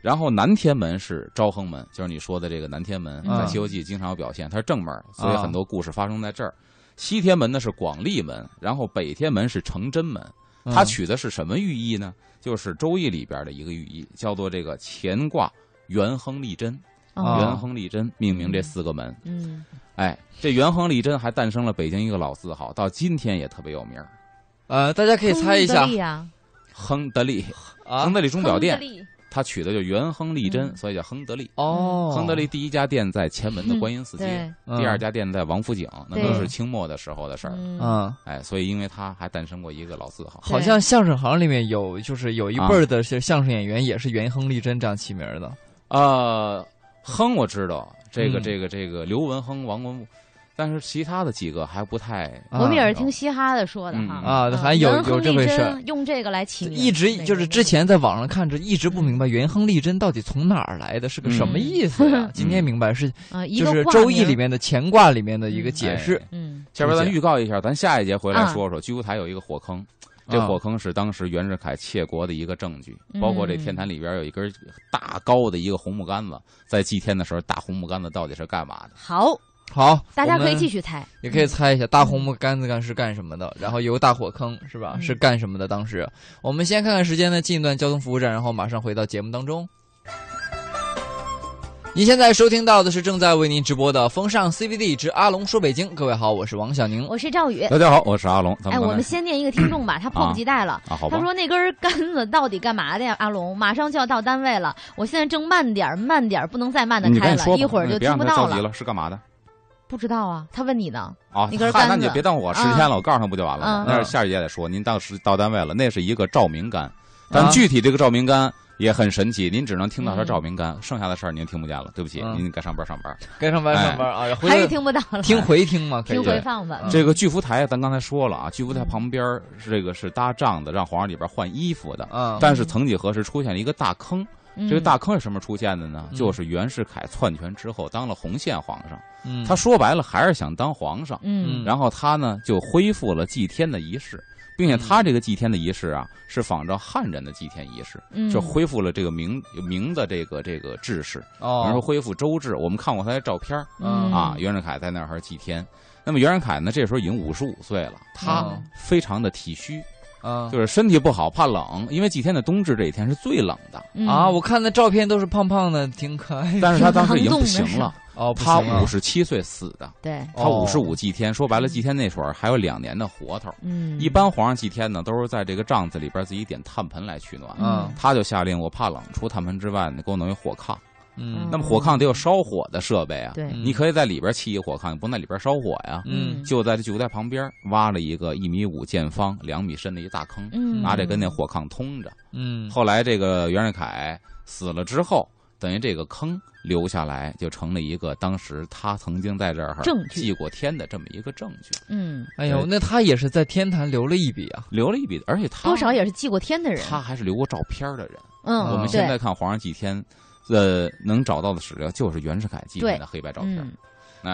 然后南天门是昭亨门，就是你说的这个南天门，嗯在《西游记》经常有表现，它是正门，所以啊很多故事发生在这儿。西天门呢是广利门，然后北天门是承真门，嗯它取的是什么寓意呢？就是《周易》里边的一个寓意，叫做这个乾卦元亨利贞。啊元亨利贞命名这四个门。哦嗯，哎，这元亨利贞还诞生了北京一个老字号，到今天也特别有名儿呃，大家可以猜一下亨德利啊啊， ——亨德利。亨德利钟表店，亨德利它取的就元亨利贞，嗯所以叫亨德利。哦，亨德利第一家店在前门的观音寺街，对，嗯第二家店在王府井，那对都是清末的时候的事儿。嗯嗯，哎，所以因为它还诞生过一个老字号。好像相声行里面有就是有一啊辈儿的是相声演员也是元亨利贞这样起名儿的呃，亨我知道，这个嗯这个这个刘文亨、王文，但是其他的几个还不太。啊我们也是听嘻哈的说的哈嗯啊还有元亨有这利回事贞用这个来起名，一直那个就是之前在网上看着一直不明白元亨利贞到底从哪儿来的，是个什嗯么意思 呀？今天明白是啊，一就个是《挂周易》名里，面的乾卦里面的一个解哎释。嗯下边咱理解预告一下，咱下一节回来啊说说，居无台有一个火坑，这啊火坑是当时袁世凯窃国的一个证据，嗯包括这天坛里边有一根大高的一个红木杆子，在祭天的时候，大红木杆子到底是干嘛的？好，好，大家可以继续，续猜，也可以猜一下大红木杆子干是干什么的，然后有个大火坑是吧？嗯是干什么的？当时我们先看看时间呢，进一段交通服务站，然后马上回到节目当中。您现在收听到的是正在为您直播的《风尚 CBD 之阿龙说北京》，各位好，我是王小宁。我是赵宇。大家好，我是阿龙。咱哎，们我刚才们先念一个听众吧，他迫不及待了。啊，好吧他，说：“那根杆子到底干嘛的呀？阿龙，马上就要到单位了，我现在正慢点儿，慢点儿，不能再慢的嗯你赶开紧说了，吧，一会儿就你听别让不他到着急了。了，是干嘛的？不知道啊，他问你呢。啊，一根嗨那杆你就子别耽误我时间了，我告诉他不就完了吗啊嗯？那是夏雨姐得说，您到时到单位了，那是一个照明杆，啊但具体这个照明杆也很神奇，您只能听到它嗯照明杆，剩下的事儿您听不见了，对不起，嗯您该上班上班。该上班哎上班啊，回还是头听不到了，听回听嘛，可以 听回放吧。嗯这个巨福台，咱刚才说了啊，巨福台旁边儿是这个是搭帐的，让皇上里边换衣服的。啊，但是曾几何时出现了一个大坑，嗯这个大坑是什么出现的呢？嗯就是袁世凯篡权之后当了洪宪皇上，嗯他说白了还是想当皇上。嗯然后他呢就恢复了祭天的仪式，并嗯且他这个祭天的仪式啊是仿照汉人的祭天仪式，嗯就恢复了这个明明的这个这个制式，然后哦，恢复周制。我们看过他的照片儿嗯啊，袁世凯在那儿还是祭天。那么袁世凯呢，这时候已经五十五岁了，他嗯非常的体虚，啊就是身体不好，怕冷，因为祭天的冬至这一天是最冷的。嗯啊，我看那照片都是胖胖的，挺可爱嗯的。但是他当时已经不挺狼行了，哦，不他行啊五十七岁死的，对，他哦嗯五十五祭天，说白了祭天那会儿还有两年的活头。嗯，一般皇上祭天呢，都是在这个帐子里边自己点炭盆来取暖。嗯他就下令，我怕冷，除炭盆之外，你给我弄一火炕。嗯那么火炕得有烧火的设备啊，对，嗯你可以在里边砌一火炕，你不能在里边烧火呀。嗯就在这旧台旁边挖了一个一米五见方、两米深的一大坑，嗯拿这跟那火炕通着。嗯后来这个袁世凯死了之后，等于这个坑留下来，就成了一个当时他曾经在这儿证据祭过天的这么一个证据，嗯，哎呦，那他也是在天坛留了一笔啊。留了一笔，而且他多少也是祭过天的人，他还是留过照片的人。嗯，我们对现在看皇上祭天，呃，能找到的史料就是袁世凯祭天的黑白照片。嗯哎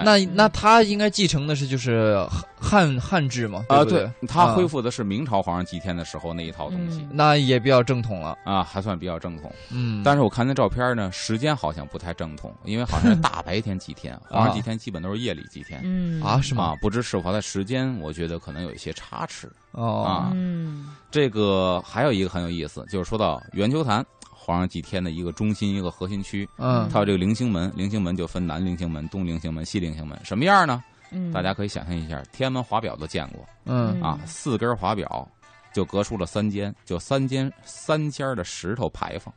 那那他应该继承的是就是汉汉制嘛？啊，不对，他恢复复的是明朝皇上祭天的时候那一套东西、嗯那也比较正统了。啊，还算比较正统。嗯，但是我看那照片呢，时间好像不太正统，因为好像是大白天祭天，啊皇上祭天基本都是夜里祭天。啊嗯啊是吗啊？，不知是否在时间，我觉得可能有一些差池。哦啊嗯这个还有一个很有意思，就是说到圆球坛，皇上祭天的一个中心，一个核心区，嗯它有这个菱形门，菱形门就分南菱形门、东菱形门、西菱形门，什么样呢？嗯，大家可以想象一下，天安门华表都见过嗯啊，嗯四根华表就隔出了三间，就三间三间儿的石头牌坊，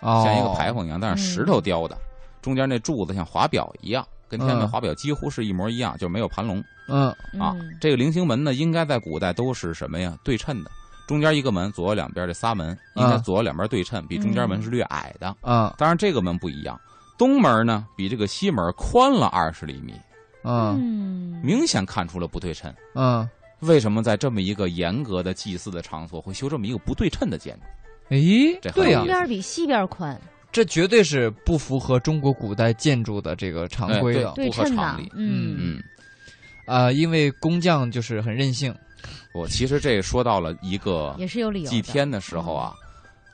哦，啊像一个牌坊一样，但是石头雕的，中间那柱子像华表一样，跟天安门嗯华表几乎是一模一样，就没有盘龙嗯啊。嗯这个菱形门呢，应该在古代都是什么呀？对称的。中间一个门，左右两边这仨门，应该嗯左右两边对称，比中间门是略矮的。啊当然，这个门不一样，东门呢比这个西门宽了二十厘米，嗯嗯明显看出了不对称。嗯，为什么在这么一个严格的祭祀的场所会修这么一个不对称的建筑？诶，这很对呀啊东有意思，边儿比西边儿宽，这绝对是不符合中国古代建筑的这个常规的哎对对不合称的常理，嗯嗯，啊，因为工匠就是很任性，我其实这说到了一个嗯也是有理由的。嗯祭天的时候啊，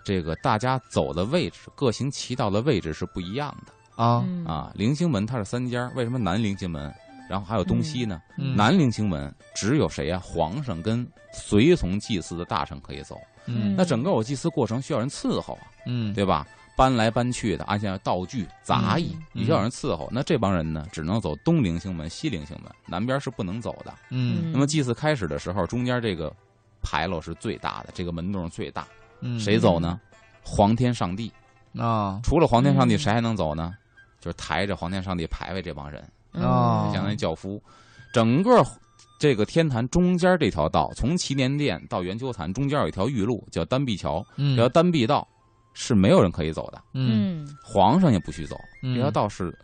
这个大家走的位置，各行其道的位置是不一样的啊，嗯啊。菱形门它是三家，为什么南菱形门，然后还有东西呢？嗯南菱形门只有谁呀、啊皇上跟随从祭祀的大臣可以走，嗯那整个我祭祀过程需要人伺候啊，嗯对吧？搬来搬去的，按下道具、杂役，嗯也需要人伺候。那这帮人呢，只能走东菱形门、西菱形门，南边是不能走的。嗯那么祭祀开始的时候，中间这个牌楼是最大的，这个门洞是最大。嗯，谁走呢？皇天上帝。啊？除了皇天上帝，嗯谁还能走呢？就是抬着皇天上帝牌位这帮人，嗯哦相当于轿夫。整个这个天坛中间这条道，从祈年殿到圆球坛中间有一条玉路，叫单臂桥。嗯这条单臂道是没有人可以走的，嗯嗯皇上也不许走。嗯这条道是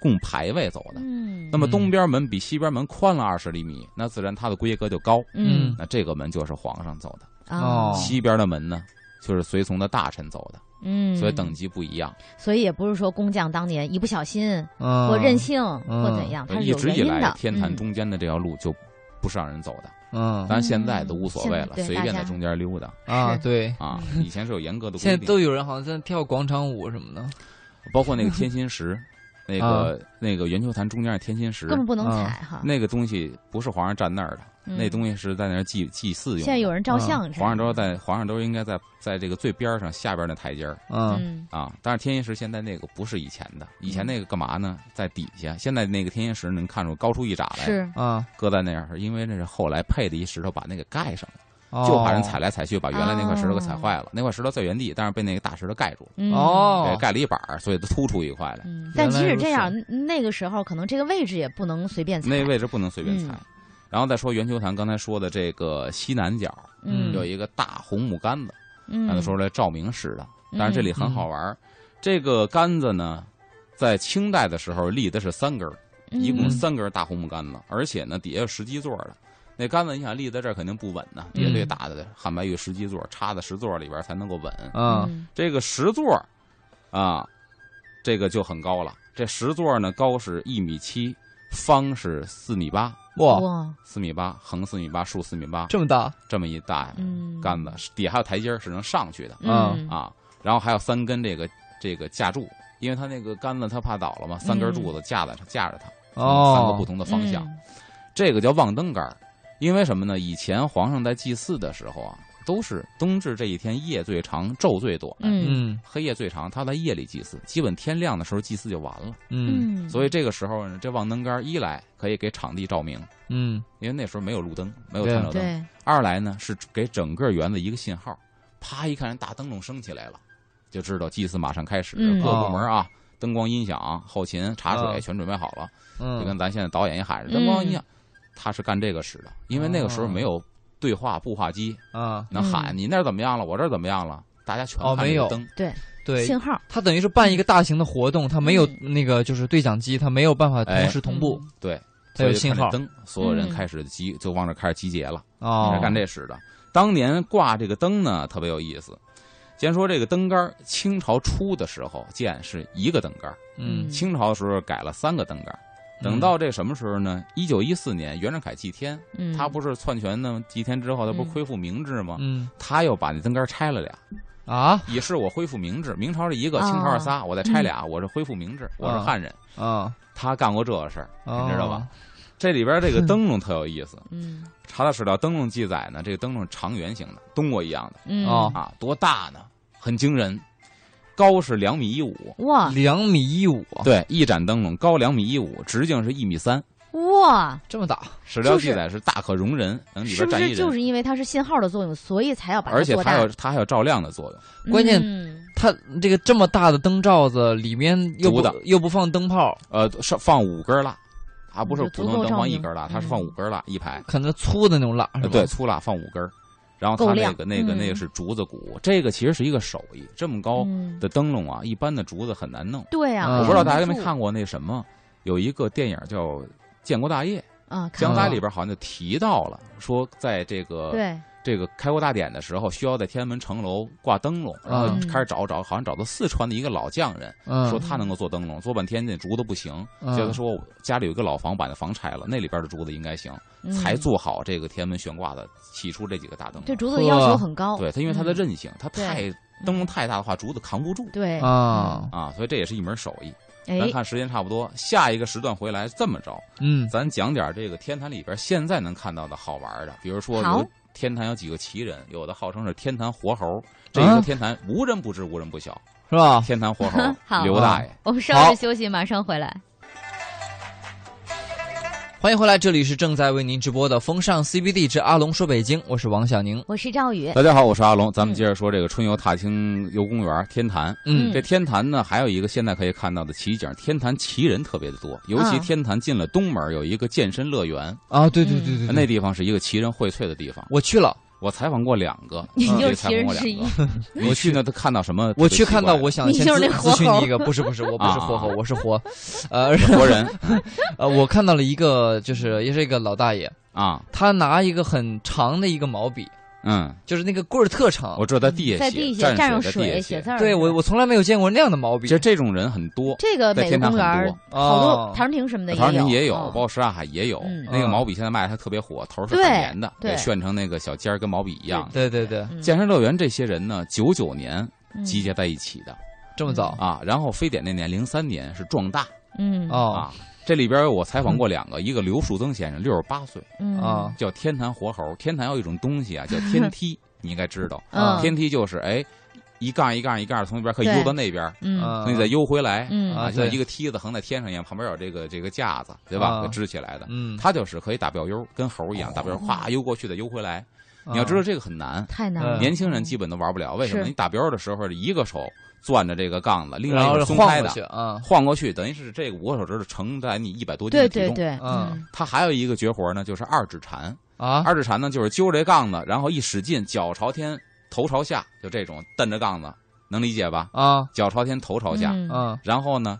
供牌位走的。嗯那么东边门比西边门宽了二十厘米，那自然它的规格就高。嗯啊那这个门就是皇上走的，哦西边的门呢，就是随从的大臣走的，嗯，所以等级不一样。所以也不是说工匠当年一不小心嗯，或任性嗯或怎样，它是啊一有直原以因来的，。嗯天坛中间的这条路就不是让人走的，嗯当然现在都无所谓了，哦现在对随便大在家嗯中间溜达啊，是对，啊。以前是有严格的现在规都定，有人好像在跳广场舞什么的， 包括那个天心石。那个、那个圆球坛中间的天心石啊根，本不能啊踩哈。那个东西不是皇上站那儿的，嗯那东西是在那儿祭祭祀用的。现在有人照相，皇上都在皇上都应该在在这个最边儿上下边儿那台阶儿嗯嗯啊。但是天心石现在那个不是以前的，以前那个干嘛呢？在底下，现在那个天心石能看出高出一拃来，是啊，搁在那儿，因为那是后来配的一石头把那个盖上了，哦就怕人踩来踩去把原来那块石头给哦踩坏了。那块石头在原地，但是被那个大石头盖住了，嗯哦对，，盖了一板儿，所以它突出一块来。嗯但原即来使如这此样，那个时候可能这个位置也不能随便踩。那位置不能随便踩。嗯然后再说圆球坛，刚才说的这个西南角嗯有一个大红木杆子，嗯，刚才说来照明式的，但是这里嗯很好玩儿。这个杆子呢，在清代的时候立的是三根儿，嗯一共嗯三根儿大红木杆子，而且呢底下有十基座的。那杆子你想立在这儿肯定不稳呐、底下嗯最大的汉白玉十基座插在石座里边儿才能够稳。嗯嗯这个石座啊，这个就很高了。这石座呢高是一米七，方是四米八。哇，哇，四米八，横四米八，竖四米八，这么大，这么一大嗯，杆子，底下还有台阶儿是能上去的啊嗯，啊。然后还有三根这个这个架柱，因为它那个杆子它怕倒了嘛，三嗯根柱子架在它架着它，嗯三个哦不，同的方向。这个叫望灯杆儿，因为什么呢？以前皇上在祭祀的时候啊，都是冬至这一天夜最长，昼最短，嗯，嗯黑夜最长，他在夜里祭祀，基本天亮的时候祭祀就完了。嗯嗯嗯，所以这个时候呢，这望灯杆儿一来可以给场地照明，嗯因为那时候没有路灯，没有对探照灯。对，二来呢是给整个园子一个信号，啪一看人大灯笼升起来了，就知道祭祀马上开始，嗯各部门哦啊。灯光、音响、后勤、茶水啊全准备好了，就嗯跟咱现在导演一喊着嗯灯光音响，他是干这个使的，因为那个时候没有对话步话机，啊，能喊你那儿怎么样了，我这儿怎么样了，大家全哦看没这个有灯，对，信号他等于是办一个大型的活动，他没有嗯那个就是对讲机，他没有办法哎同时同步，对，它有所以就信看这号灯，所有人嗯开始集就往这开始集结了。哦是，干这使的。当年挂这个灯呢，特别有意思。先说这个灯杆儿，清朝初的时候建是一个灯杆儿，嗯，清朝的时候改了三个灯杆儿。等到这什么时候呢？一九一四年，袁世凯祭天，嗯，他不是篡权呢？祭天之后，他不是嗯恢复明制吗？嗯他又把那灯杆儿拆了俩，啊以示我恢复明制。明朝是一个，哦清朝是仨，我再拆俩，我是恢复明制，我是汉人。啊，他干过这事儿，哦你知道吧？这里边儿这个灯笼特有意思。嗯查到史料，灯笼记载呢，这个灯笼长圆形的，冬瓜一样的。嗯哦啊，多大呢？很惊人，高是两米一五，哇两米一五，对，一盏灯笼高两米一五，直径是一米三。哇，这么大，史料就是记载是大可容人，能里是边不站一是就人，是因为它是信号的作用，所以才要把它而且做它大有？它还有照亮的作用。关键嗯它这个这么大的灯罩子里面又不竹的又不放灯泡，呃，是放五根蜡，它不是嗯就普足通够灯照放一明根蜡，它是放五根蜡一排，哎可能粗的那种蜡是吧？呃对，，粗蜡放五根儿。然后它够那亮个那个那个嗯是竹子鼓，这个其实是一个手艺。这么高嗯的灯笼啊，一般的竹子很难弄。对啊，嗯哦我不知道大家有忍没有住看过那什么，有一个电影叫《建国大业》。啊，看江了台里边好像就提到了，嗯说在这个对，这个开国大典的时候，需要在天安门城楼挂灯笼，然后嗯呃开始找找，好像找到四川的一个老匠人，嗯，说他能够做灯笼，做半天那竹子不行，嗯结果他说我家里有一个老房，把那房拆了，那里边的竹子应该行，嗯才做好这个天安门悬挂的起初这几个大灯这笼。竹子的要呵求很高，对，它因为它的嗯韧性，它对太灯笼太大的话，竹子扛不住对啊，啊，所以这也是一门手艺。嗯咱哎，看时间差不多，下一个时段回来这么着。嗯咱讲点这个天坛里边现在能看到的好玩的，比如说好有天坛有几个奇人，有的号称是天坛活猴，这啊个天坛无人不知，无人不晓。是吧？天坛 活好啊猴，刘大爷，我们稍好事休息，马上回来。欢迎回来，这里是正在为您直播的《风尚 CBD 之阿龙说北京》，我是王小宁。嗯我是赵宇，大家好，我是阿龙，咱嗯们接着说这个春游踏青游公园天坛。嗯这天坛呢，还有一个现在可以看到的奇景，天坛奇人特别的多，尤其啊天坛进了东门有一个健身乐园，啊，对对对对，嗯对嗯那地方是一个奇人荟萃的地方。我去了，我采访过两个，你特别就是采奇人访过两之个一你去呢，他看到什么特别我奇怪的？去看到，我想你先就是咨那活咨询猴你一个，不是不是，我不是活猴，啊我是活，呃 活人呃，我看到了一个，就是也是一个老大爷，啊，他拿一个很长的一个毛笔，嗯。就是那个棍儿特长我，知道在地下在写地下下蘸上上水写写字。儿。对我我从来没有见过那样的毛笔其，实这种人很多，这个在每个天坛公园很儿多，好哦多陶然亭什么的陶然亭也有，哦包括什刹海也有嗯。那个嗯毛笔现在卖的还特别火，头是对海绵的，对给炫成那个小尖儿，跟毛笔一样。对对对，嗯健身乐园这些人呢，九九年嗯集结在一起的这么早啊，然后非典那年零三年是壮大，嗯哦啊。这里边我采访过两个，一个刘树增先生，六十八岁，嗯啊叫天坛活猴。天坛有一种东西啊，叫天梯，你应该知道。嗯啊天梯就是哎，一杠一杠一杠，从那边可以对悠到那边，哦嗯可以再悠回来。嗯啊啊啊，就对像一个梯子横在天上一样，旁边有这个这个架子，对吧？啊给支起来的，嗯，哦它就是可以打标悠，跟猴一样，打标悠，咵悠过去再悠回来。你要知道这个很难，太难了，啊嗯呃年轻人基本都玩不了。为什么？是你打标的时候，一个手攥着这个杠子，另外然一后个是松晃开过的去啊，晃过去，等于是这个五个手指头承载你一百多斤对的对体重。啊对，嗯嗯它还有一个绝活呢，就是二指禅。啊，二指禅呢，就是揪着这杠子，然后一使劲，脚朝天，头朝下，就这种蹬着杠子，能理解吧？啊脚朝天，头朝下。嗯啊然后呢，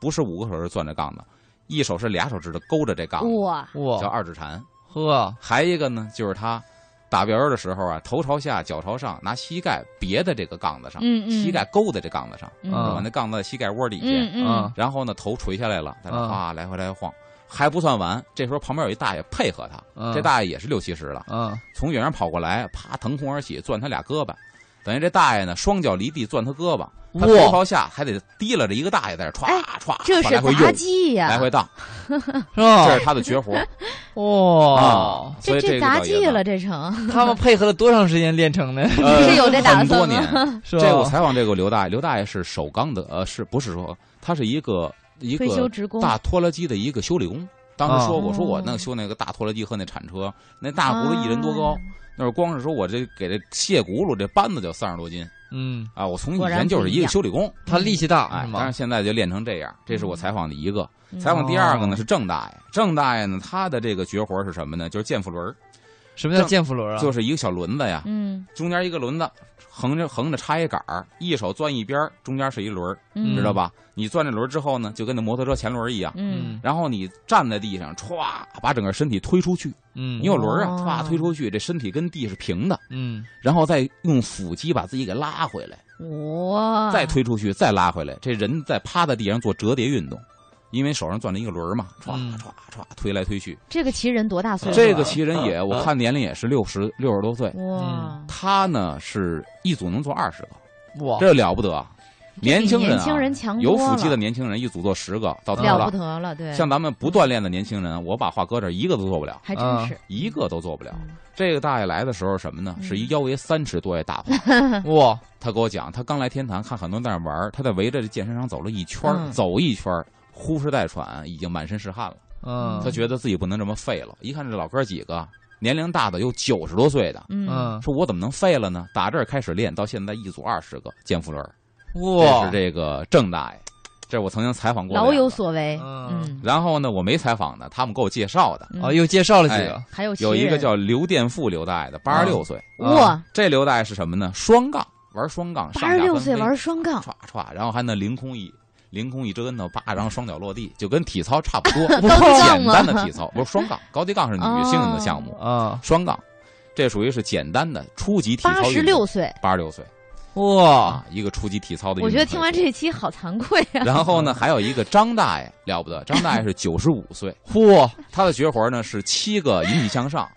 不是五个手指攥着杠子，一手是俩手指头勾着这杠子，哇，哇叫二指禅。呵还一个呢，就是他打标儿的时候啊，头朝下，脚朝上，拿膝盖别在这个杠子上，嗯嗯，膝盖勾在这杠子上，嗯啊把那杠子在膝盖窝底下，嗯嗯啊然后呢头垂下来了，在那嗯啊来回来回晃。还不算完，这时候旁边有一大爷配合他，嗯这大爷也是六七十了，啊从远远跑过来，啪腾空而起，攥他俩胳膊，等于这大爷呢双脚离地攥他胳膊，他头哇朝下还得提拉着一个大爷在这歘哎歘，这是来回杂用，技啊呀，来回荡，是吧这是他的绝活儿哇啊，！所这以这个杂叫技野了，这成 他们配合了多长时间练成 的？呃是有这打很多算年， 吗？是吧？这我采访这个刘大爷，刘大爷是首钢的，呃，是不是说他是一个一退休个职工，大拖拉机的一个修理工？当时说啊我说我那个修那个大拖拉机和那铲车，那大轱辘一人多高啊，那是光是说我这给这卸轱辘这扳子就三十多斤嗯，啊！我从以果然前就是不一一个样修理工，他力气大哎是，吗但是？现在就练成这样。这是我采访的一个，嗯采访第二个哦呢是郑大爷，郑大爷呢他的这个绝活是什么呢？就是健腹轮儿，什么叫健腹轮啊？就是是一个小轮子呀，嗯中间一个轮子，横着横着插一杆儿，一手攥一边儿，中间是一轮儿，嗯，知道吧？你攥着轮儿之后呢，就跟那摩托车前轮儿一样，嗯？然后你站在地上，歘，把整个身体推出去。嗯，你有轮儿啊，哦歘推出去，这身体跟地是平的，嗯然后再用腹肌把自己给拉回来，嗯，哇，再推出去，再拉回来。这人在趴在地上做折叠运动。因为手上攥着一个轮儿嘛，歘嗯歘歘推来推去。这个奇人多大岁数啊？嗯这个嗯奇人也，我看年龄也是六十六十多岁。哇，他呢是一组能做二十个，哇这了不得啊！年轻人、啊，年轻人强多有了腹肌的年轻人一组做十个，到头了不了。得了，对，像咱们不锻炼的年轻人，我把话搁这儿，一个都做不了，还真啊是一个都做不了。嗯这个大爷来的时候什么呢？嗯是一腰围三尺多的大胖。哇他给我讲，他刚来天坛，看很多人在那玩儿，他在围着这健身场走了一圈儿，嗯走一圈儿，呼哧带喘，已经满身是汗了。嗯他觉得自己不能这么废了。一看这老哥几个，年龄大的有九十多岁的，嗯，嗯说我怎么能废了呢？打这儿开始练，到现在一组二十个健腹轮儿。这嗯哇是这个郑大爷，这是我曾经采访过的老有两个。所为，嗯嗯，然后呢，我没采访的，他们给我介绍的，嗯哦，又介绍了几个还有哎有一奇个人叫刘殿富刘大爷的，八嗯十六岁。哇，这刘大爷是什么呢？双杠，玩双杠，八十六岁玩双双杠，歘歘，然后还能凌空一凌空一折跟头，叭，然后双脚落地，就跟体操差不 多，单杠简吗哦单的体操，不是双杠，高低杠是女性的项目，啊双杠，这属于是简单的初级体操运八动。十六岁，八十六岁哇啊，一个初级体操的运动我会。觉得听完这期好惭愧 啊，然后呢，还有一个张大爷了不得，张大爷是九十五岁，嚯他的绝活呢是七个引体向上，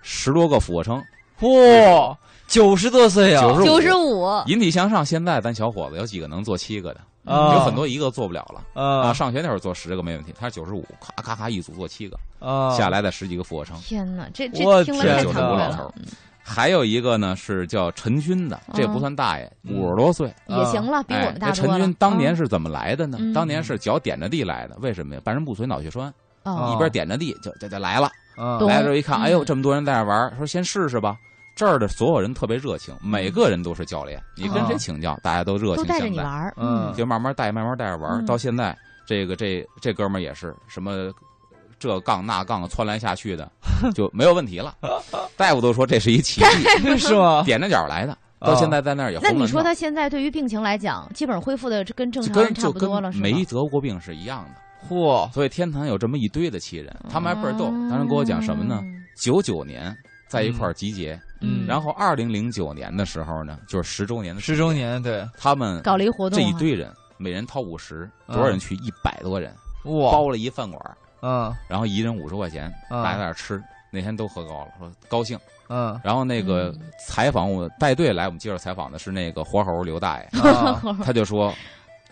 十多个俯卧撑。嚯，九十多岁啊， 95九十五，引体向上，现在咱小伙子有几个能做七个的？啊有很多一个做不了了啊。啊上学那会儿做十个没问题，他是九十五，咔咔咔一组做七个，哦啊下来再十几个俯卧撑。天哪，这这我听了天太哪这九惭十愧五老头了儿，，还有一个呢是叫陈军的，这不算大爷，嗯五十多岁。也行了，哦比哎我们大这多陈了。军当年是是怎么来的呢？嗯当年是脚点着地来的，为什么呀？半身不遂脑血栓，哦啊一边点着地就就就来了。啊懂来了之后一看，嗯哎呦，这么多人在那玩儿，说先试试吧。这儿的所有人特别热情，每个人都是教练，你跟谁请教，大家都热哦都情带着相你玩待，儿，嗯就慢慢带，慢慢带着玩儿。嗯到现在，这个这这哥们儿也是什么这杠那杠窜来下去的，就没有问 题了。大夫都说这是一奇 迹，是吗？啊点着脚来的， 到现在在那儿也那红你了说跳。他现在对于病情来讲，基本上恢复的跟正就常跟人差就不多了，跟是没吗？得过病是一样的，嚯所以天坛有这么一堆的奇人，他们还倍儿逗。啊当时跟我讲什么呢？嗯九九年在一块儿集结，嗯然后二零零九年的时候呢，就是十周年的时十周年对候，他们搞了一活动这啊，一 堆人每人掏五十，嗯多少人去？一百多人，哇包了一饭馆，嗯然后一人五十块钱，嗯大家在那儿吃。那天都喝高了，说高兴。 嗯然后那个 采访我带队来，我们接受采访的是那个活猴刘大爷，啊他就说，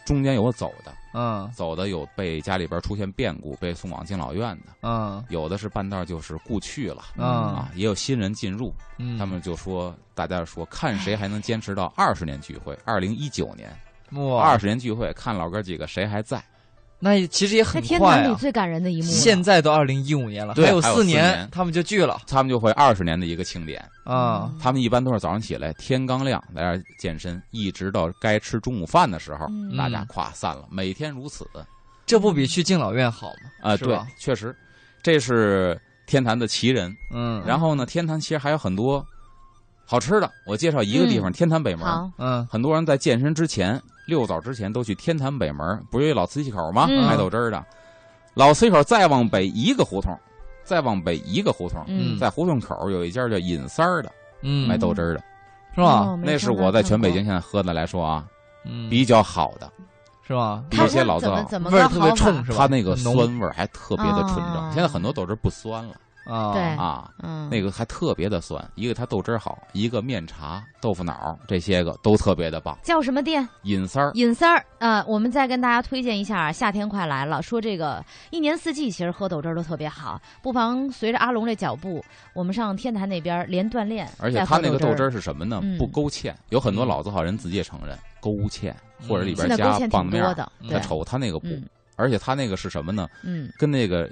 中间有走的，嗯走的有被家里边出现变故被送往敬老院的，嗯有的是半道就是故去了嗯啊，也有新人进入，嗯，他们就说大家说看谁还能坚持到二十年聚会，二零一九年哇二，十年聚会看老哥几个谁还在，那其实也在很天快坛里啊。最感人的一幕了，现在都二零一五年了，嗯对有还有四四年他们就聚了他们就会二十年的一个庆典。嗯啊。他们一般都是早上起来天刚亮在那儿健身，一直到该吃中午饭的时候，嗯大家夸散了，每天如此这不比去敬老院好吗？啊。是对吧，确实，这是天坛的奇人。嗯，然后呢，天坛其实还有很多好吃的，我介绍一个地方，天坛北门。好，嗯很多人在健身之前，六早之前都去天坛北门，不是有老瓷器口吗？嗯卖豆汁儿的。老瓷器口再往北一个胡同，再往北一个胡同，嗯在胡同口有一家叫尹三儿的嗯，卖豆汁儿的，是吧？哦那是我在全北京，现在喝的来说啊，嗯，比较好的，是吧？比没一看些到老看过他他怎么怎么灶味儿个特别好冲法，是吧？嗯它那个浓酸味儿还特别的纯啊正。现在很多豆汁儿不酸了，啊，对啊，嗯，那个还特别的酸。一个它豆汁儿好，一个面茶、豆腐脑儿这些个都特别的棒。叫什么店？尹三儿，尹三儿，呃，我们再跟大家推荐一下啊，夏天快来了，说这个一年四季其实喝豆汁儿都特别好，不妨随着阿龙这脚步，我们上天坛那边儿连锻炼，而且再它喝那个豆豆汁汁儿，儿是什么呢嗯？不勾芡，有很多老字号人自己也承认勾芡，或者里现边在勾加芡棒子挺面多儿，的，嗯它对，稠，它那个不。嗯而且它那个是什么呢？嗯，跟那个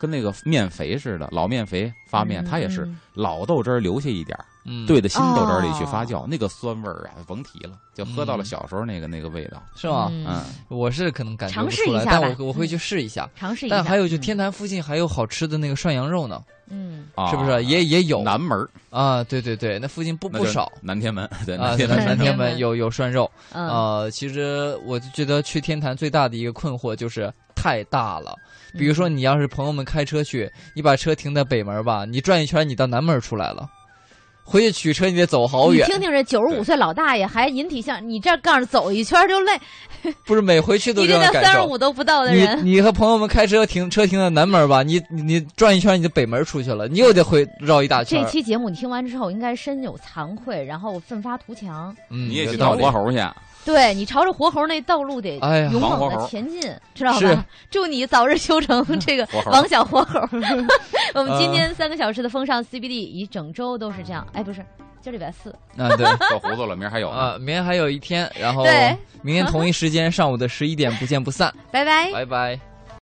跟那个面肥似的，老面肥发面，嗯它也是嗯老豆汁儿留下一点儿，嗯，兑的新豆汁儿里去发哦酵，那个酸味儿啊，甭提了，就喝嗯到了小时候那个那个味道。是吧？嗯嗯，我是可能感觉不尝试出来，一下但吧我我会去试一下。尝试一下。但还有就天坛附近还有好吃的那个涮羊肉呢，嗯，啊是不是？也也有南门儿啊？对对对，那附近不不那就是少南天门，对，啊，南天门南南山上天天门门有有涮肉。嗯嗯，呃，其实我就觉得去天坛最大的一个困惑就是太大了。比如嗯说，你要是朋友们开车去，你把车停在北门吧，你转一圈，你到南门出来了，回去取车你得走好你远。听听这九十五对岁老大爷还引体向，你这杠走一圈就累，不是每回去都你这这样的到感三十受。五都不到的你人，你和朋友们开车停车停在南门吧，你你你转一圈你就北门出去了，你又得回绕一啊大圈这儿。期节目你听完之后应该深有惭愧，然后奋发图强。嗯，你也有去道当理活。猴去，对你朝着活猴那道路得哎呀勇猛王活的猴嗯前进，知道是吧？ 祝你早日修成这个活猴嗯王小活 猴。我们今天三个小时的风尚 CBD 一整周都是这样，哎，不是，今儿礼拜四， 啊，对。掉胡子了，明儿还有呢啊，。明天还有一天，然后对明天同一时间上午的十一点不见不散，拜拜。拜拜。